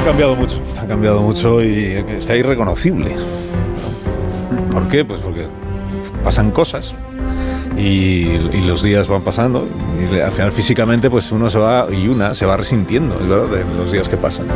Ha cambiado mucho, ha cambiado mucho y está irreconocible. ¿no? ¿Por qué? Pues porque pasan cosas y, y los días van pasando y le- al final físicamente pues uno se va y una se va resintiendo ¿verdad? de los días que pasan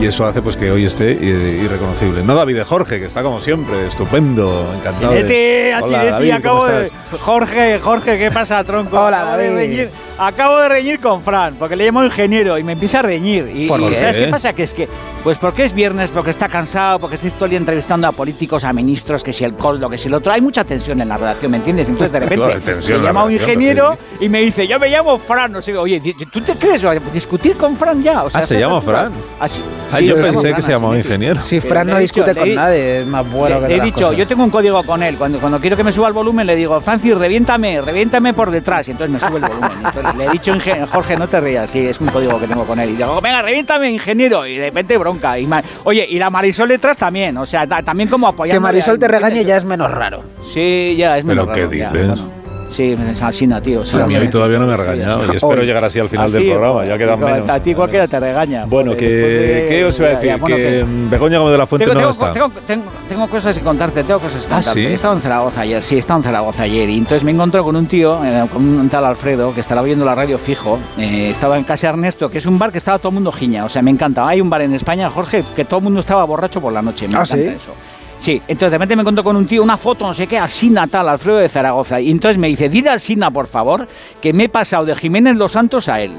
y eso hace pues que hoy esté eh, irreconocible. No David de Jorge que está como siempre estupendo, encantado. de- Chilete, Hola, Chilete, David, ¿cómo acabo de. estás? Jorge, Jorge, ¿qué pasa, tronco? Hola, acabo de David. reñir, acabo de reñir con Fran, porque le llamo ingeniero y me empieza a reñir. Y, ¿Por y qué? ¿Sabes qué pasa? Que es que, pues porque es viernes, porque está cansado, porque estoy todo el día entrevistando a políticos, a ministros, que si el coldo, que si el otro. Hay mucha tensión en la redacción, ¿me entiendes? Entonces de repente Claro, hay tensión en me la llama un redacción, ingeniero lo que y me dice, yo me llamo Fran. No sé, oye, di- ¿tú te crees? Discutir con Fran ya. O sea, Ah, ¿se a estas llama alturas- Fran? Así. Ah, sí, yo se llama pensé Fran, que se así llamaba me- ingeniero. Si Que Fran le no he discute dicho, con le- nadie, es más bueno Le- que le he otras dicho, cosas. yo tengo un código con él. Cuando, cuando quiero que me suba el volumen, le digo, Francis, reviéntame, reviéntame por detrás. Y entonces me sube el volumen. Entonces le he dicho, "Inge- Jorge, no te rías. Sí, es un código que tengo con él. Y digo, venga, reviéntame, ingeniero. Y de repente bronca. Y ma- Oye, y la Marisol detrás también. O sea, ta- también como apoyando. Que Marisol te regañe ya es menos raro. Sí, ya es ¿Pero menos qué raro, ya, dices? bueno. Sí, es asina, tío. o sea, A mí hoy sí. todavía no me ha Sí, regañado sí. y espero Hoy. llegar así al final Así, del programa, ya quedan menos. A ti cualquiera te regaña. Bueno, joder, que, después de- ¿qué os iba a ya, decir? ya, bueno, que que- mm, Begoña Gómez de la Fuente tengo, no tengo, está. tengo- tengo- tengo cosas que contarte, tengo cosas que Ah, contarte. ¿sí? He estado en Zaragoza ayer, sí, he estado en Zaragoza ayer. Y entonces me encontré con un tío, eh, con un tal Alfredo, que estaba viendo la radio fijo. eh, estaba en Casa Ernesto, que es un bar que estaba todo el mundo giña. O sea, me encanta. Hay un bar en España, Jorge, que todo el mundo estaba borracho por la noche. Me Ah, encanta ¿sí? eso. Sí, entonces de repente me encontré con un tío, una foto, no sé qué, Alsina tal, Alfredo de Zaragoza. Y entonces me dice, dile a Alsina, por favor, que me he pasado de Jiménez Los Santos a él.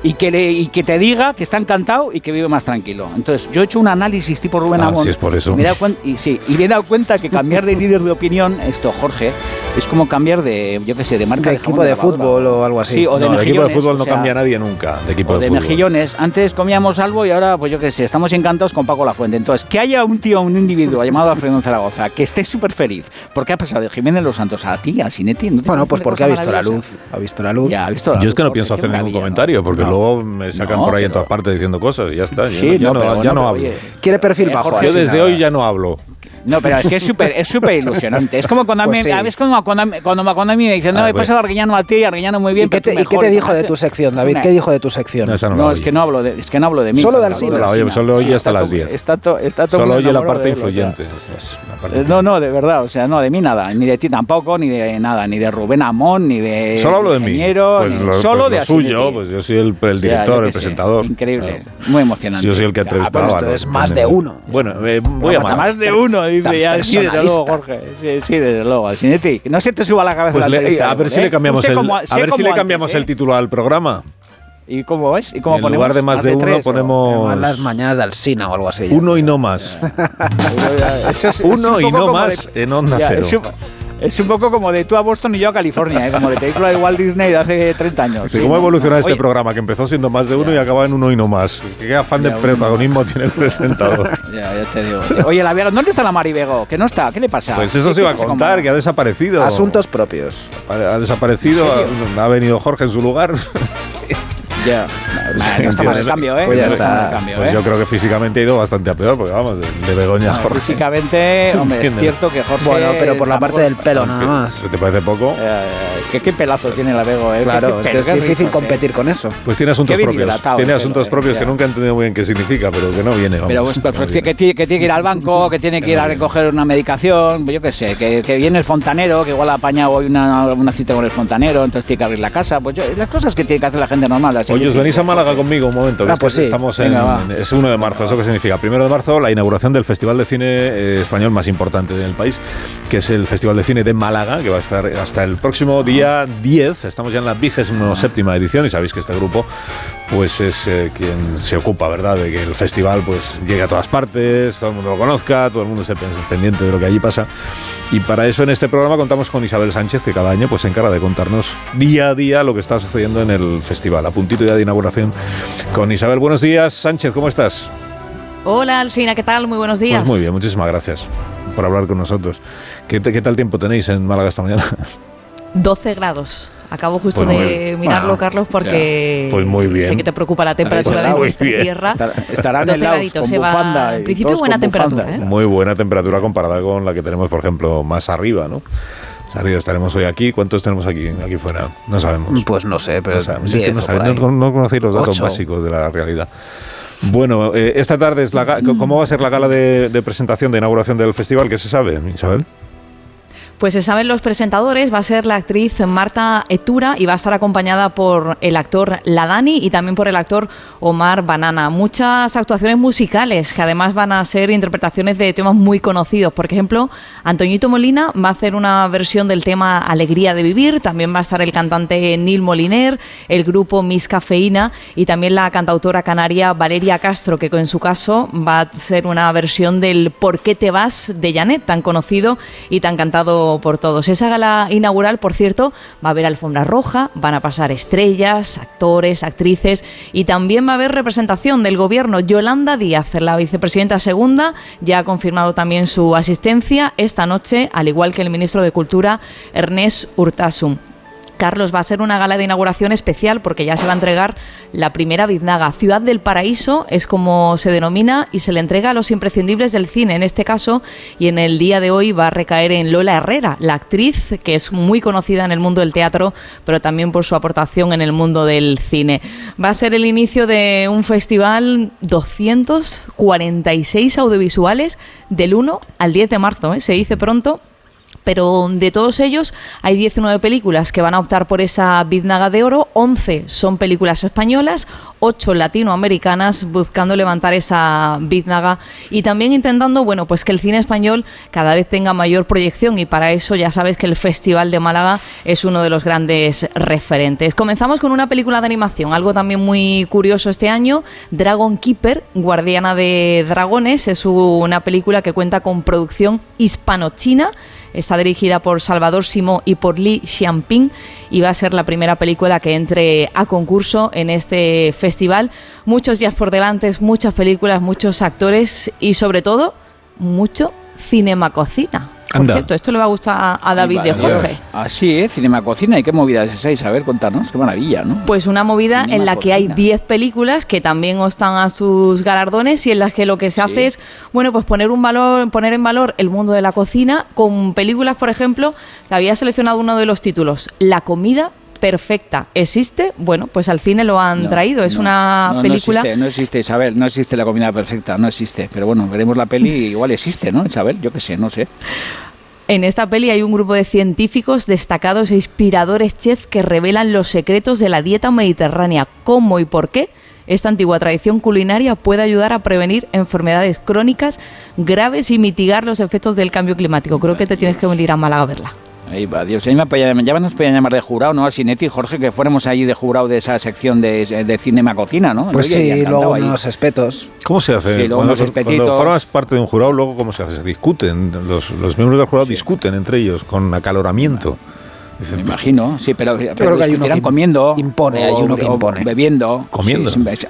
Y que, le, y que te diga que está encantado y que vive más tranquilo. Entonces, yo he hecho un análisis tipo Rubén Ah, Amón. si es por eso. Me he dado cuen- y, sí, y me he dado cuenta que cambiar de líder de opinión, esto, Jorge, es como cambiar de, yo qué sé, de marca De de jabón equipo de lavadora. fútbol o algo así. Sí, o de no, de equipo de mejillones, fútbol o no sea, cambia nadie nunca. De equipo o de, de fútbol. mejillones. Antes comíamos algo y ahora, pues yo qué sé, estamos encantados con Paco Lafuente. Entonces, que haya un tío, un individuo llamado Alfredo Zaragoza, que esté súper feliz, porque ha pasado de Jiménez Los Santos a ti, a Sinetti. ¿No te Bueno, parece pues una porque ha cosa visto la luz. maravillosa? Ha visto la luz. Ya, ha visto la Yo es luz, que no Jorge, pienso qué hacer ningún maravilla, ¿no? comentario porque No. luego me sacan No, por ahí en pero- todas partes diciendo cosas y ya está. Sí, yo, yo no, no, pero ya bueno, no pero hablo. oye, Quiere perfil eh, bajo. Jorge, así yo desde nada. hoy ya no hablo. No, pero es que es súper es súper ilusionante. Es como cuando a mí, Pues sí. a veces como cuando, a mí- cuando me cuando a mí me dicen, no, Ah, he bueno. pasado a Arguiñano a ti y Arguiñano muy bien. ¿Y qué pero tú te, y qué mejor". te dijo de parece- tu sección, es David? una- ¿Qué dijo de tu sección? No, esa no la No, es oye. que no hablo de, es que no hablo de mí. Solo de hablo Alsina. Oye, solo oye Sí, hasta está las to- 10. Está to- está todo Solo el oye la enamorado parte de él, o sea. influyente. Esa es la parte Eh, No, no, de verdad, o sea, no, de mí nada, ni de ti tampoco, ni de nada, ni de Rubén Amón, ni de. Solo hablo de mí. ingeniero, Pues ni- lo, solo pues de lo Asinetti. suyo, pues yo soy el, el O sea, yo director, qué el sé, presentador. Increíble, Claro. muy emocionante. Yo soy el que entrevistaba. bueno, esto a los es más de entendedores. uno. Bueno, eh, voy a Bueno, matar. Más de uno, dice tan ya. Sí, desde luego, personalista. Jorge. Sí, sí, desde luego. Asinetti, que no se te suba la cabeza. Pues la le- entrevista a de ver Google, si le ¿eh? cambiamos Sé el, como- a sé ver si como le antes, cambiamos ¿eh? el título al programa. ¿Y cómo es? ¿Y cómo en ponemos? lugar de más de uno tres, o- ponemos Además, las mañanas de Alsina o algo así. ya. uno y no más. Eso es- es Uno un y poco no como más de- en Onda Ya, Cero. Es un, es un poco como de tú a Boston y yo a California, ¿eh? como de película de Walt Disney de hace 30 años. Sí, Sí, ¿Cómo ha no, evolucionado no. este Oye, programa que empezó siendo más de uno y acaba en uno y no más? ¿Qué afán de Ya, uno protagonismo tiene el presentador? Ya, ya te digo. Oye, la Vega, ¿dónde está la Mari Bego? Que no está, ¿qué le pasa? Pues eso ¿Qué- se iba qué a pasa con contar, Mari? que ha desaparecido. Asuntos propios. Ha ha desaparecido, ha ha venido Jorge en su lugar. Ya. Nah, No estamos en Entiendo. cambio, ¿eh? Pues ya no estamos está. en cambio, Pues ¿eh? yo creo que físicamente ha ido bastante a peor, porque vamos, de- de Begoña a No, Jorge. Físicamente, hombre, es Entiendo. cierto que Jorge. Bueno, pero por la tampoco parte del es- pelo nada más. ¿Se te parece poco? Eh, Es que qué pelazo tiene la Bego, ¿eh? Claro, Qué es que pelo, es qué difícil rizos, ¿eh? competir con eso. Pues tiene asuntos bien propios. hidratado Tiene el pelo, asuntos eh, propios ya. que nunca he entendido muy bien qué significa, pero que no viene. vamos. Pero pues, pues, No viene. que, tiene, que tiene que ir al banco, que tiene que ir a Claro. recoger una medicación, pues yo qué sé, que, que viene el fontanero, que igual ha apañado hoy una, una cita con el fontanero, entonces tiene que abrir la casa, pues yo- las cosas que tiene que hacer la gente normal. así Oye, que- os venís a Málaga conmigo un momento. que Ah, es que pues sí. Estamos Venga, en, va. es 1 de marzo, ¿eso qué significa? Primero de marzo, la inauguración del Festival de Cine eh, Español más importante del país, que es el Festival de Cine de Málaga, que va a estar hasta el próximo día 10. Estamos ya en la vigésimo séptima edición y sabéis que este grupo pues es eh, quien se ocupa, ¿verdad?, de que el festival pues llegue a todas partes, todo el mundo lo conozca, todo el mundo esté pen- pendiente de lo que allí pasa. Y para eso en este programa contamos con Isabel Sánchez, que cada año pues, se encarga de contarnos día a día lo que está sucediendo en el festival. A puntito ya de inauguración con Isabel. Buenos días, Sánchez, ¿cómo estás? Hola, Alsina, ¿qué tal? Muy buenos días. Pues muy bien, muchísimas gracias por hablar con nosotros. ¿Qué, te- qué tal tiempo tenéis en Málaga esta mañana? 12 grados. Acabo justo Bueno, Pues muy de bien. Ah, mirarlo, Bueno, Carlos, porque ya. Pues muy bien. sé que te preocupa la temperatura Estará de muy nuestra bien. tierra. Estar- estarán 12 helados, graditos, con se va- bufanda en y principio todos buena con temperatura, bufanda, ¿eh? Muy buena temperatura comparada con la que tenemos, por ejemplo, más arriba, ¿no? Más arriba estaremos hoy aquí. ¿Cuántos tenemos aquí, aquí fuera? No sabemos. Pues no sé, pero No sabemos. Es que 10 no, o sabéis, por ahí. no- no conocéis los datos Ocho. básicos de la realidad. Bueno, eh, esta tarde es la ga- ¿cómo va a ser la gala de, de presentación, de inauguración del festival? ¿Qué se sabe, Isabel? Pues se saben los presentadores, va a ser la actriz Marta Etura y va a estar acompañada por el actor Ladani y también por el actor Omar Banana. Muchas actuaciones musicales que además van a ser interpretaciones de temas muy conocidos. Por ejemplo, Antoñito Molina va a hacer una versión del tema Alegría de Vivir, también va a estar el cantante Neil Moliner, el grupo Miss Cafeína y también la cantautora canaria Valeria Castro, que en su caso va a ser una versión del ¿Por qué te vas? de Janet, tan conocido y tan cantado por todos. Esa gala inaugural, por cierto, va a haber alfombra roja, van a pasar estrellas, actores, actrices y también va a haber representación del gobierno. Yolanda Díaz, la vicepresidenta segunda, ya ha confirmado también su asistencia esta noche, al igual que el ministro de Cultura, Ernest Urtasun. Carlos, va a ser una gala de inauguración especial porque ya se va a entregar la primera biznaga. Ciudad del Paraíso es como se denomina y se le entrega a los imprescindibles del cine en este caso y en el día de hoy va a recaer en Lola Herrera, la actriz que es muy conocida en el mundo del teatro, pero también por su aportación en el mundo del cine. Va a ser el inicio de un festival 246 audiovisuales del 1 al 10 de marzo, ¿eh? se dice pronto. Pero de todos ellos hay 19 películas que van a optar por esa biznaga de oro, 11 son películas españolas, 8 latinoamericanas buscando levantar esa biznaga y también intentando, bueno, pues que el cine español cada vez tenga mayor proyección y para eso ya sabes que el Festival de Málaga es uno de los grandes referentes. Comenzamos con una película de animación, algo también muy curioso este año, Dragon Keeper, Guardiana de Dragones, es una película que cuenta con producción hispano-china. Está dirigida por Salvador Simó y por Li Xianping y va a ser la primera película que entre a concurso en este festival. Muchos días por delante, muchas películas, muchos actores y sobre todo mucho cinema cocina. Por Anda. cierto, esto le va a gustar a David de Dios. Jorge. Así es, Ah, ¿eh? Cinema Cocina. ¿Y qué movida es esa, Isabel? Contanos, qué maravilla, ¿no? Pues una movida Cinema en la que hay cocina. 10 películas que también están a sus galardones y en las que lo que se hace es, bueno, pues poner un valor, poner en valor el mundo de la cocina con películas, por ejemplo, que había seleccionado uno de los títulos, La comida perfecta. ¿Existe? Bueno, pues al cine lo han No, traído, es no, una no, no película existe, No existe, Isabel, no existe la comida perfecta, no existe. Pero bueno, veremos la peli, y igual existe, ¿no, Isabel? Yo qué sé, no sé. En esta peli hay un grupo de científicos destacados e inspiradores chefs que revelan los secretos de la dieta mediterránea, cómo y por qué esta antigua tradición culinaria puede ayudar a prevenir enfermedades crónicas graves y mitigar los efectos del cambio climático. Creo que te tienes que venir a Málaga a verla. Ahí va, Dios. A mí me podían- ya nos podían llamar de jurado, ¿no? A Sinetti, Jorge, que fuéramos allí de jurado de esa sección de, de Cinema Cocina, ¿no? Pues Yo iría sí, encantado luego ahí. unos espetos. ¿Cómo se hace? Sí, luego cuando, los espetitos. cuando formas parte de un jurado, luego ¿cómo se hace? Se discuten, los, los miembros del jurado discuten entre ellos con acaloramiento. Dicen, Me imagino, sí, pero, pero que hay uno discutirán que comiendo. eh, impone, hay uno que impone. Bebiendo. Comiendo. Sí, sí,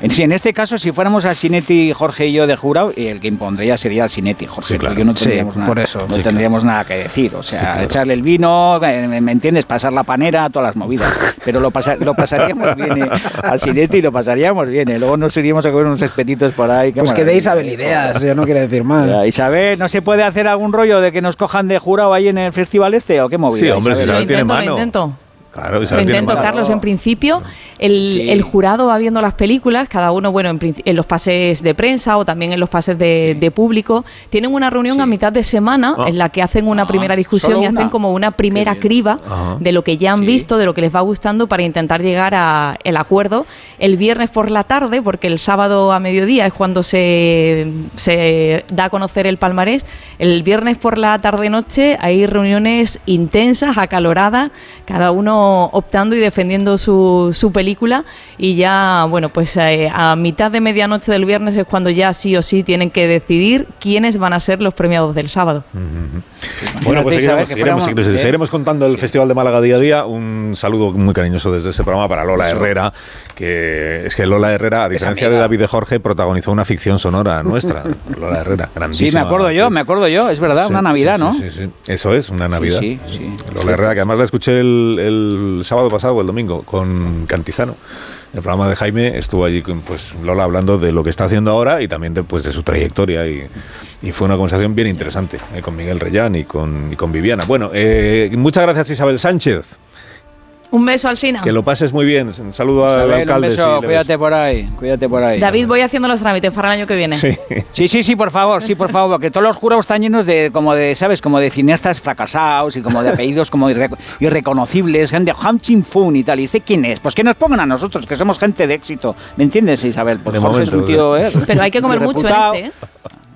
en, sí, en este caso, si fuéramos a Sinetti, Jorge y yo de jurado, el que impondría sería Sinetti, Jorge. Sí, claro. porque no Sí, tendríamos, nada, por eso. No Sí, tendríamos nada que decir. O sea, Sí, claro. echarle el vino, eh, ¿me entiendes? Pasar la panera, todas las movidas. Pero lo, pasa- lo pasaríamos bien eh, a Sinetti, lo pasaríamos bien. eh. Luego nos iríamos a comer unos espetitos por ahí. qué Pues que de maravilla. Isabel ideas, yo no quiero decir Ya, más. Isabel, ¿no se puede hacer algún rollo de que nos cojan de jurado ahí en el festival este o qué movida? "Pues Sí, hombre, Isabel? Isabel Lo tiene intento, lo mano. intento. Claro, Lo Isabel tiene intento, mano. Carlos. En principio, el, Sí. el jurado va viendo las películas, cada uno, bueno, en, princi- en los pases de prensa o también en los pases de, de público. Tienen una reunión a mitad de semana Ah. en la que hacen una Ah, primera discusión ¿solo y una? hacen como una primera Qué bien. criba Ajá. de lo que ya han Sí. visto, de lo que les va gustando para intentar llegar al acuerdo. El viernes por la tarde, porque el sábado a mediodía es cuando se, se da a conocer el palmarés, El viernes por la tarde-noche hay reuniones intensas, acaloradas, cada uno optando y defendiendo su, su película. Y ya, bueno, pues eh, a mitad de medianoche del viernes es cuando ya sí o sí tienen que decidir quiénes van a ser los premiados del sábado. Mm. Bueno, pues seguiremos, Imagínate, Isabel, que seguiremos, fuéramos- seguiremos, ¿eh? seguiremos contando el Festival de Málaga día a día. Un saludo muy cariñoso desde este programa para Lola Herrera, que es que Lola Herrera, a diferencia de amiga. David de Jorge, protagonizó una ficción sonora nuestra. Lola Herrera, grandísima. Sí, me acuerdo yo, me acuerdo yo, es verdad, Sí, una Navidad, sí, ¿no? Sí, sí, sí. Eso es, una Navidad. sí, sí. Lola Herrera, que además la escuché el, el sábado pasado o el domingo con Cantizano. El programa de Jaime estuvo allí con pues, Lola hablando de lo que está haciendo ahora y también de, pues, de su trayectoria. Y, y fue una conversación bien interesante eh, con Miguel Reyán y con, y con Viviana. Bueno, eh, muchas gracias Isabel Sánchez. Un beso al Sina. Que lo pases muy bien. Un saludo Pues al Isabel, un alcalde. si beso, le ves. cuídate por ahí, cuídate por ahí. David, voy haciendo los trámites para el año que viene. Sí. Sí, sí, sí, por favor, sí, por favor, porque todos los jurados están llenos de, como de, ¿sabes? Como de cineastas fracasados y como de apellidos como irre- irreconocibles, gente de Hampton Fun y tal. ¿Y este quién es? Pues que nos pongan a nosotros, que somos gente de éxito. ¿Me entiendes, Isabel? Pues De Jorge es un momento, tío, ¿eh? Pero hay que comer muy mucho en reputado. este, ¿eh?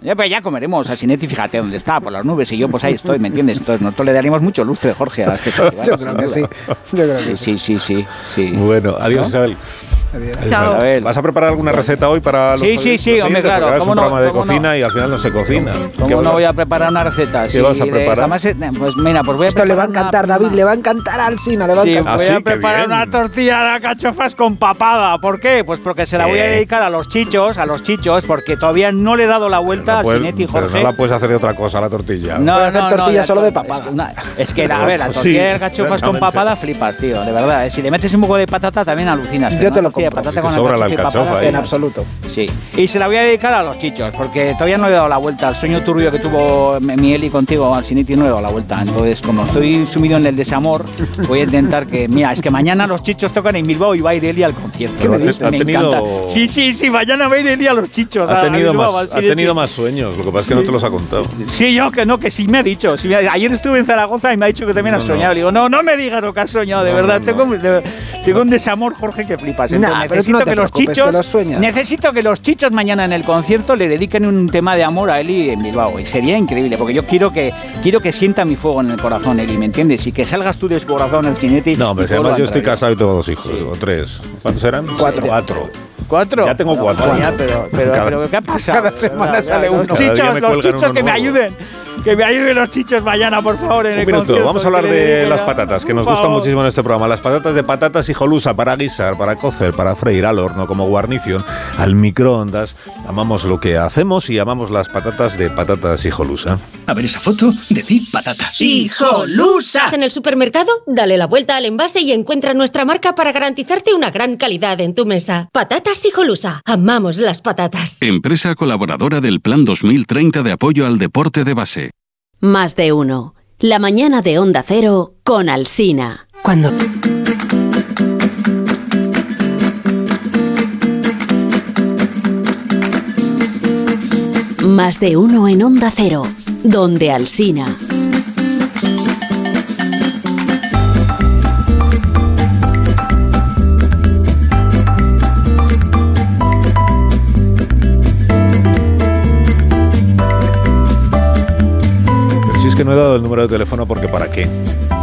Ya, pues ya comeremos a Sinetti, fíjate dónde está, por las nubes, y yo pues ahí estoy, ¿me entiendes? Entonces nosotros le daremos mucho lustre, Jorge, a este festival. Yo creo que sí. Yo creo que sí. Sí, sí, sí, sí. sí. Bueno, adiós ¿No? Isabel. Adiós. Adiós, Chao. Isabel. ¿Vas a preparar alguna receta hoy para los Sí, sí, sí, oyentes, hombre, oyentes? claro, Porque Es cómo un no, programa de cómo no. cocina y al final no se cocina. Qué ¿Cómo bueno. no voy a preparar una receta? ¿Qué vas a de- preparar? además, eh, pues mira, pues voy a Esto le va a preparar una- encantar, David, una- le va a encantar al Sina, le va a Sí, Ah, encantar. voy sí, a qué preparar bien. una tortilla de alcachofas con papada. ¿Por qué? Pues porque se la voy a Eh. dedicar a los chichos, a los chichos, porque todavía no le he dado la vuelta No al puedes- Cinetti, pues, pero Jorge. no la puedes hacer de otra cosa, la tortilla. Voy a hacer tortilla la solo tor- de papada. Es que, una- es que la, a ver, la Sí, tortilla de alcachofas con exactamente. papada flipas, tío, de verdad. ¿eh? Si le metes un poco de patata también alucinas. Yo pero una te lo tortilla de compro. patata Es que con sobra la alcachofa y alcachofa eh. papada, ahí. En sí. absoluto. Sí, y se la voy a dedicar a los chichos, porque todavía no le he dado la vuelta al sueño turbio que tuvo M- mi Eli contigo al Siniti, no le he dado la vuelta. Entonces, como estoy sumido en el desamor, voy a intentar que. Mira, es que mañana los chichos tocan en Bilbao y va a ir Eli al concierto. ¿Qué me Me dices? Ha tenido- encanta. Sí, sí, sí, mañana va a ir Eli a los chichos. a- Ha a tenido, Bilbao, más, al ha Siniti. tenido más sueños, lo que pasa es que no te los ha contado. Sí, yo que no, que sí me ha dicho. Sí me ha- ayer estuve en Zaragoza y me ha dicho que también No, has no. soñado. Le digo, no, no me digas lo que has soñado, de No, verdad. no, tengo, no. un- de- tengo un desamor, Jorge, que flipas. Nah, Entonces, pero tú necesito no te que los preocupes, que chichos. los sueñas. necesito que los chichos mañana en el concierto le dediquen un tema de amor a Eli en Bilbao. Y sería increíble, porque yo quiero que quiero que sienta mi fuego en el corazón, Eli, ¿me entiendes? Y que salgas tú de su corazón el cinete. No, pero si además yo estoy casado y tengo dos hijos, o tres. ¿Cuántos eran? Cuatro. Cuatro. ¿Cuatro? Ya tengo No, cuatro. ya, pero, pero, Cada- pero ¿qué ha pasado? cada semana Verdad, sale los uno. Cada día Chichos, me los cuelgan chichos, uno que me nuevo. ayuden. Que me ayuden los chichos mañana, por favor, en Un el minuto, concierto. vamos a hablar Que le de digan, las patatas, que nos por gustan favor. muchísimo en este programa. Las patatas de patatas y jolusa para guisar, para cocer, para freír al horno, como guarnición, al microondas. Amamos lo que hacemos y amamos las patatas de patatas y jolusa. A ver esa foto, decir patata. ¡Hijolusa! En el supermercado, dale la vuelta al envase y encuentra nuestra marca para garantizarte una gran calidad en tu mesa. Patatas Hijolusa. Amamos las patatas. Empresa colaboradora del Plan 2030 de apoyo al deporte de base. Más de uno. La mañana de Onda Cero con Alsina. Cuando Más de uno en Onda Cero, donde Alsina. Pero si es que no he dado el número de teléfono porque ¿para qué?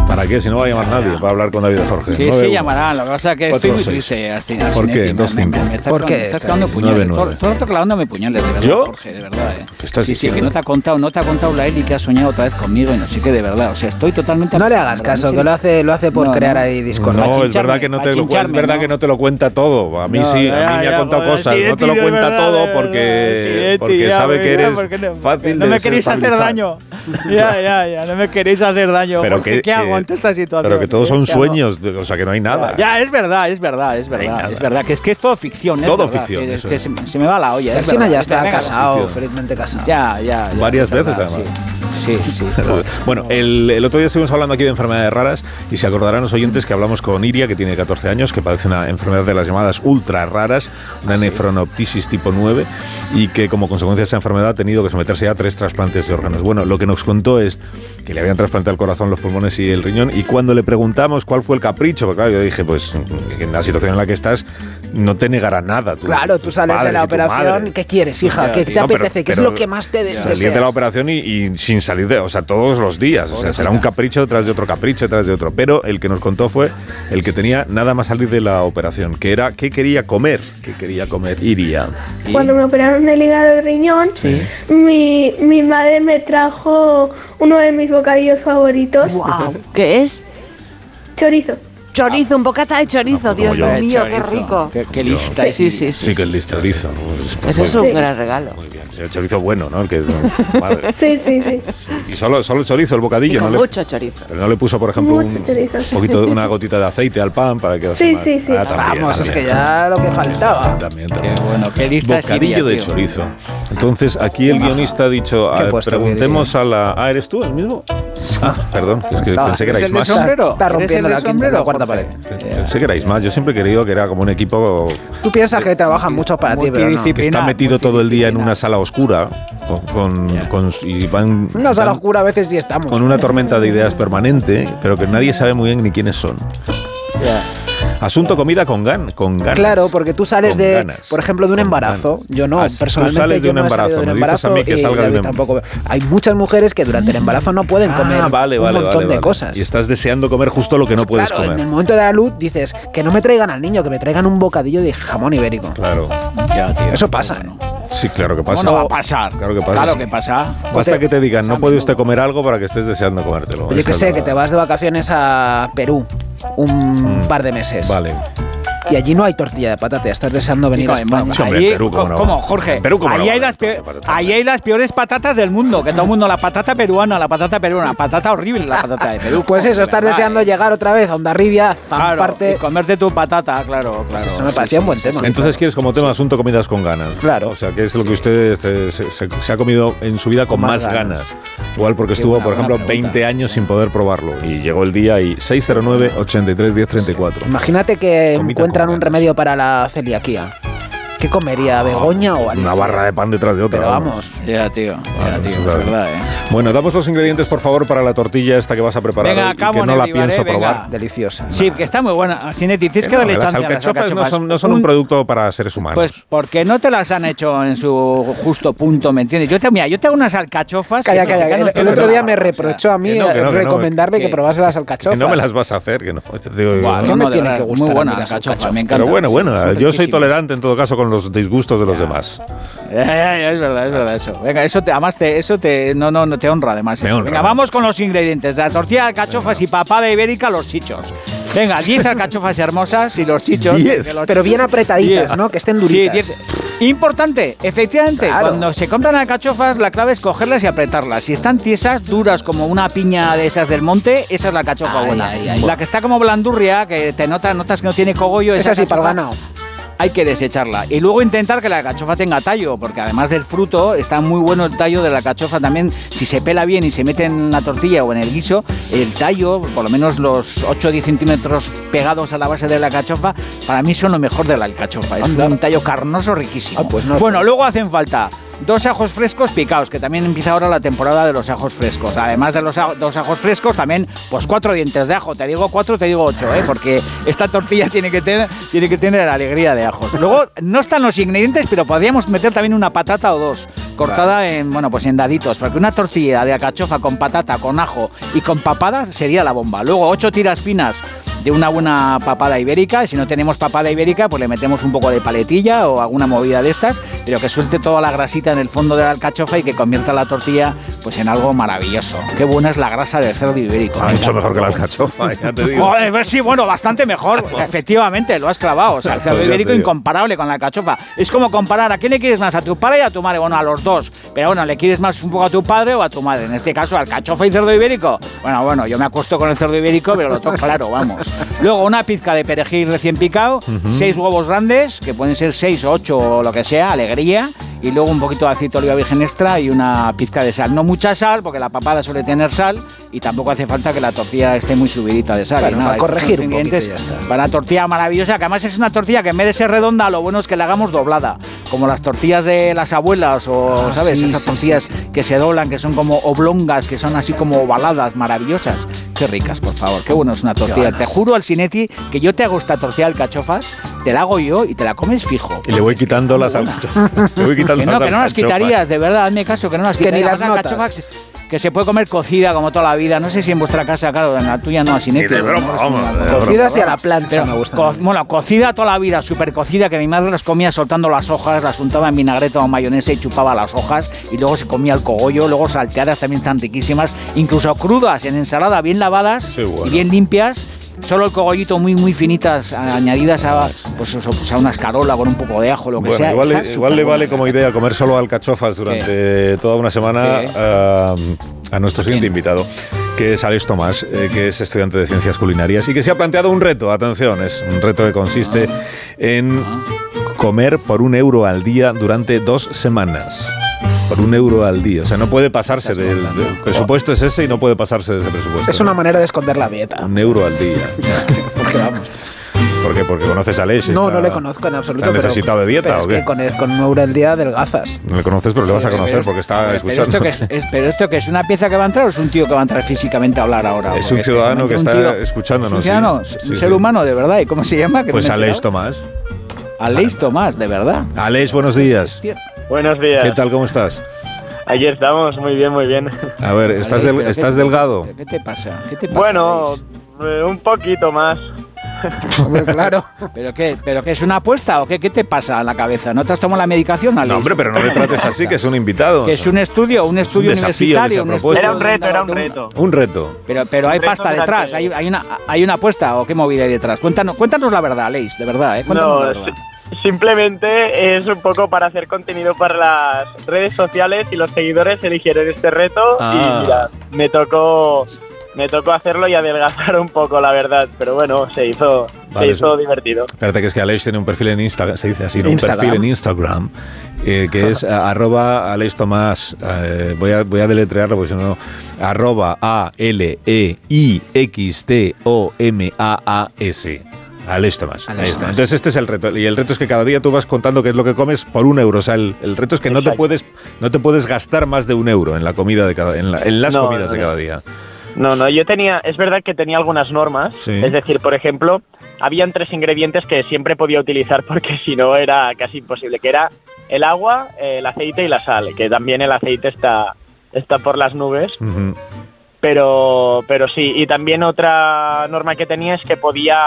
¿Para qué? Si no va a llamar nadie, va a hablar con David Jorge. eh, Sí, sí, 91. llamarán. Lo que pasa es que Cuatro, estoy muy seis. triste, Astina. ¿Por qué? Sinetti, me- Dos, me- cinco. me- Me estás ¿Por qué clavando- me estás estás clavando nueve, puñales. nueve? Todo- Todo el rato clavándome puñales, de verdad, ¿Yo? Jorge, de verdad. eh. ¿Qué estás Sí, sí, que diciendo? no te ha contado, no te ha contado la Eli que ha soñado otra vez conmigo y no sé qué, de verdad. O sea, estoy totalmente... No le hagas caso, que lo hace, lo hace por No, crear no. ahí No, discordia. es chincharme, verdad, que no, pa' te lo, es chincharme, verdad ¿no? que no te lo cuenta todo. A mí sí, a mí me ha contado pues, cosas. No te lo cuenta eh, todo porque, porque sabe que eres fácil No de me queréis hacer desestabilizar. daño. Ya, ya, ya. No me queréis hacer daño. Pero Jorge, que- pues, ¿Qué hago que- ante esta situación? Pero que todos ¿Qué son hago? sueños, o sea que no hay nada. Ya, es verdad, es verdad, es hay nada. verdad. Es verdad que es que es todo ficción. es Todo verdad, ficción, que- eso que es. se, se me va la olla. es Alsina verdad, ya es está verdad, venga, casado, Constitución. felizmente casado. Ya, ya. ya, Varias es verdad, veces, Sí, sí. sí. Bueno, el, el otro día estuvimos hablando aquí de enfermedades raras y se acordarán los oyentes que hablamos con Iria, que tiene 14 años, que padece una enfermedad de las llamadas ultra raras, una nefronoptisis tipo 9, y que como consecuencia de esa enfermedad ha tenido que someterse a tres trasplantes de órganos. Bueno, lo que nos contó es que le habían trasplantado el corazón, los pulmones y el riñón, y cuando le preguntamos cuál fue el capricho, porque claro, yo dije, pues en la situación en la que estás, no te negará nada. tu- Claro, tú tus sales de padres la y tu madre. operación. ¿Qué quieres, hija? Ya, ¿Qué tío. te No, pero- apetece? ¿Qué es pero lo que más te de- Salir de la deseas? operación y, y sin salir de, o sea, todos los días. O sea, será un capricho tras de otro capricho, tras de otro. Pero el que nos contó fue el que tenía nada más salir de la operación, que era qué quería comer, qué quería comer Iria. Cuando me operaron del hígado y riñón, mi, mi madre me trajo uno de mis bocadillos favoritos, ¡Wow! ¿Qué es? chorizo. Chorizo, un bocata de chorizo, No, como Dios yo. mío, qué Chorizo. rico. Qué, qué lista. Sí, sí, sí. Sí, que el listorizo. Pues Eso es un gran regalo. Muy pues bien. El chorizo bueno, ¿no? El que, madre. Sí, sí, sí. Y solo, solo el chorizo, el Y bocadillo. con no le- mucho chorizo. Pero no le puso, por ejemplo, Mucho un chorizo. poquito, una gotita de aceite al pan para que... Ah, Sí, sí, sí. Vamos, es que también. ya lo que faltaba. También, Qué también. bueno, qué lista es Iria, Bocadillo de tío. chorizo. Entonces, aquí el guionista ha dicho, ¿Qué a- he puesto, preguntemos a la... Ah, ¿eres tú el mismo? Ah, perdón, es que Estaba- pensé que ¿Eres erais el de más. sombrero? Está ¿Eres el rompiendo de la, quinta- sombrero, la cuarta Jorge? pared. Pensé que erais más. Yo siempre he creído que era como un equipo Tú piensas que trabajan mucho para ti, pero no. que está Multidisciplinar, metido todo el día en multidisciplinar. una sala oscura con, con- con- y van... Una sala van oscura a veces sí estamos. Con una tormenta de ideas permanente, pero que nadie sabe muy bien ni quiénes son. Asunto comida con gan, con ganas. Claro, porque tú sales Con de, ganas. por ejemplo, de un Con embarazo. ganas. Yo no, Ah, tú personalmente sales de yo un no he embarazo, salido de un me dices a embarazo mí que y salga de David un- tampoco. Hay muchas mujeres que durante el embarazo no pueden Ah, comer vale, un vale, montón vale, de vale. cosas. Pues Y estás deseando comer justo lo que no puedes Claro, En el comer. momento de la luz dices que no me traigan al niño, que me traigan un bocadillo de jamón ibérico. Claro. Ya, tío. Eso pasa. ¿eh? Sí, claro que ¿Cómo pasa. no va a pasar? Claro que pasa. Claro que pasa. Basta que te digan, no Pasa puede menudo. usted comer algo para que estés deseando comértelo. Pues Yo Esta que es sé, la- que te vas de vacaciones a Perú un par de meses. Mm, Vale. Y allí no hay tortilla de patata, estás deseando venir Chico, a España. Sí, hombre, allí- Perú, cómo co- no. ¿cómo, Jorge? Perú, cómo ahí, no. hay las peor- Patata. ahí hay las peores patatas del mundo. Que todo el mundo, la patata peruana, la patata peruana, patata horrible, la patata de Perú. Pues eso, de estás verdad, deseando eh. llegar otra vez a Ondarribia, Claro, parte. y comerte tu patata, claro, claro. Eso me Sí, parecía sí, un buen sí, tema. Entonces quieres como tema asunto comidas con ganas. Claro. O sea, que es lo que usted este, se, se- se ha comido en su vida con Más más, ganas. Igual porque estuvo, buena- por buena ejemplo, pregunta. 20 años sin poder probarlo. Y llegó el día y 609 83 1034 Imagínate que Comida encuentran con un ganas. remedio para la celiaquía. ¿Qué comería? ¿Begoña o algo? Ah, Una barra de pan detrás de otra. Pero vamos. Ya, tío. Ya, pues Vale, tío, es claro. verdad, eh. Bueno, damos los ingredientes, por favor, para la tortilla esta que vas a preparar Venga, hoy y acabo, que no la Nevi, vale, pienso venga. probar. Deliciosa. Sí, que está muy buena. Ah, Sinetti, tienes Que que no, darle las chance a las alcachofas no alcachofas. son, no son un, producto para seres humanos. Pues porque no te las han hecho en su justo punto, ¿me entiendes? Yo te, mira, yo te hago unas alcachofas. que Calla, se calla. pegan El, un el otro tiro. día me O sea, reprochó a mí que no, que no, que no, recomendarle que- que probase las que alcachofas. no me las vas a hacer, que no. Te digo, Buah, ¿Qué no, me no, de tiene verdad, que gustar Muy a buena mí las alcachofa, alcachofas? me encanta. pero bueno, bueno, Son yo soy riquísimas. tolerante en todo caso con los disgustos de los demás. Eh, eh, es verdad, es verdad eso. Venga, eso te, además te, eso te, no, no, no te honra además. Me eso. honra. Venga, vamos con los ingredientes. La tortilla de alcachofas y papada ibérica, los chichos. Venga, 10 alcachofas hermosas y los chichos. Diez. que los Pero bien apretaditas, Diez. ¿no? Que estén duritas. Sí, diez. Importante, efectivamente, Claro. cuando se compran alcachofas, la clave es cogerlas y apretarlas. Si están tiesas, duras como una piña de esas del monte, esa es la alcachofa Ay, buena. ay, ay. La que está como blandurria, que te nota, notas que no tiene cogollo, Es esa así, para el alcachofa ganado. hay que desecharla. Y luego intentar que la cachofa tenga tallo, porque además del fruto, está muy bueno el tallo de la cachofa también. Si se pela bien y se mete en la tortilla o en el guiso, el tallo, por lo menos los 8 o 10 centímetros pegados a la base de la cachofa, para mí son lo mejor de la alcachofa. Es Anda. un tallo carnoso riquísimo. Ah, pues no. Bueno, luego hacen falta dos ajos frescos picados, que también empieza ahora la temporada de los ajos frescos. Además de los a- dos ajos frescos, también pues cuatro dientes de ajo. Te digo cuatro, te digo ocho, ¿eh? porque esta tortilla tiene que, tener, tiene que tener alegría de ajos. Luego no están los ingredientes, pero podríamos meter también una patata o dos, cortada en, bueno, pues en daditos, porque una tortilla de alcachofa con patata, con ajo y con papada sería la bomba. Luego ocho tiras finas de una buena papada ibérica. Y si no tenemos papada ibérica, pues le metemos un poco de paletilla o alguna movida de estas, pero que suelte toda la grasita en el fondo de la alcachofa y que convierta la tortilla pues en algo maravilloso. Qué buena es la grasa del cerdo ibérico. Ah, mucho mejor que la alcachofa, ya te digo. Joder, pues sí, bueno, bastante mejor. Efectivamente, lo has clavado. O sea, el cerdo Pues ya te ibérico digo. incomparable con la alcachofa. Es como comparar a quién le quieres más, a tu padre y a tu madre. Bueno, a los dos. Pero bueno, le quieres más un poco a tu padre o a tu madre. En este caso, alcachofa y cerdo ibérico. Bueno, bueno, yo me acuesto con el cerdo ibérico, pero lo tengo claro, vamos. Luego, una pizca de perejil recién picado, seis huevos grandes, que pueden ser seis o ocho o lo que sea, alegría. Y luego un poquito de aceite de oliva virgen extra y una pizca de sal. No mucha sal, porque la papada suele tener sal y tampoco hace falta que la tortilla esté muy subidita de sal. Claro, Bueno, nada, a estos son corregir un ingredientes poquito y ya está. Para una tortilla maravillosa, que además es una tortilla que en vez de ser redonda, lo bueno es que la hagamos doblada. Como las tortillas de las abuelas o, Ah, ¿sabes? sí, Esas sí, tortillas sí, que se doblan, que son como oblongas, que son así como ovaladas, maravillosas. Qué ricas, por favor. Qué bueno es una tortilla. Te juro, Alcinetti, que yo te hago esta tortilla de alcachofas, te la hago yo y te la comes fijo. Y le voy quitando las alcachofas. Le voy quitando Que no, las que no las alcachofas. quitarías, de verdad, hazme caso, que no las Que ni quitarías. las Una notas. alcachofa que se- Que se puede comer cocida como toda la vida. No sé si en vuestra casa, claro, en la tuya no, así Ni neto, de no broma, es vamos, una- de broma. Cocidas y a la plancha Pero, me gustan. co- bueno, cocida toda la vida, súper cocida, que mi madre las comía soltando las hojas, las untaba en vinagreta o mayonesa y chupaba las hojas, y luego se comía el cogollo, luego salteadas también están riquísimas, incluso crudas, en ensalada, bien lavadas Sí, bueno. y bien limpias. Solo el cogollito muy, muy finitas, a- añadidas a, pues, eso, pues, a una escarola con un poco de ajo, lo que Bueno, sea. igual, está le- igual le superbuena. vale como idea comer solo alcachofas durante toda una semana ¿Qué? ah, a nuestro siguiente invitado, que es Alex Tomás, eh, que es estudiante de ciencias culinarias y que se ha planteado un reto, atención, es un reto que consiste Ah. en comer por un euro al día durante dos semanas. Por un euro al día. O sea, no puede pasarse del, del presupuesto es ese y no puede pasarse de ese presupuesto. Es una manera de esconder la dieta. Un euro al día. Porque vamos. ¿Por qué? Porque conoces a Alex. No, está- no le conozco en absoluto. ¿Está necesitado pero, de dieta pero o es qué? que con, el- con un euro al día adelgazas. No le conoces, pero le vas a conocer porque está Pero Ah, escuchando. esto, que es, es- pero esto que es una pieza que va a entrar o es un tío que va a entrar físicamente a hablar ahora. Es Porque un ciudadano momento que un está escuchándonos, ¿Es Un ciudadano, sí. un Sí, ser sí. humano de verdad. ¿Y cómo se llama? Que no Pues me he Alex enterado. Tomás. Aleix Tomás, de verdad. Alex, buenos días. Hostia. Buenos días. ¿Qué tal? ¿Cómo estás? Aquí estamos, muy bien, muy bien. A ver, ¿estás, Aleix, del- pero estás ¿qué- delgado? ¿Qué te pasa? ¿Qué te pasa? Bueno, eh, un poquito más. Hombre, claro. Aleix? ¿Pero qué, ¿Pero qué es una apuesta o qué, qué te pasa en la cabeza? ¿No te has tomado la medicación, Aleix? No, hombre, pero no le trates así, que es un invitado. Que es un estudio, un estudio desafío que se ha universitario. un propuesto. estudio Era un reto, de- era un de- reto. Un reto. Pero, pero hay Un reto pasta durante- detrás, hay, hay una, hay una apuesta o qué movida hay detrás. Cuéntanos, cuéntanos la verdad, Aleix, de verdad. ¿eh? Cuéntanos la No, verdad. si- simplemente es un poco para hacer contenido para las redes sociales y los seguidores eligieron este reto Ah. y mira, me tocó me tocó hacerlo y adelgazar un poco, la verdad, pero bueno, se hizo Vale, se hizo eso- divertido. Espérate, que es que Alex tiene un perfil en Instagram, se dice así, ¿no? un Instagram. perfil en Instagram, eh, que es a- arroba Alex Tomás, eh, voy, a, voy a deletrearlo porque si no, arroba E A-L-E-I-X-T-O-M-A-A-S. Alex Tomás. Alex Ahí está. Tomás. Entonces este es el reto. Y el reto es que cada día tú vas contando qué es lo que comes por un euro. O sea, el, el reto es que no te, Exacto. puedes, no te puedes gastar más de un euro en la comida de cada, en, la- en las No, comidas no, de no. cada día. No, no, yo tenía, es verdad que tenía algunas normas, Sí. es decir, por ejemplo, habían tres ingredientes que siempre podía utilizar porque si no era casi imposible, que era el agua, el aceite y la sal, que también el aceite está está por las nubes, Ujú. pero pero sí, y también otra norma que tenía es que podía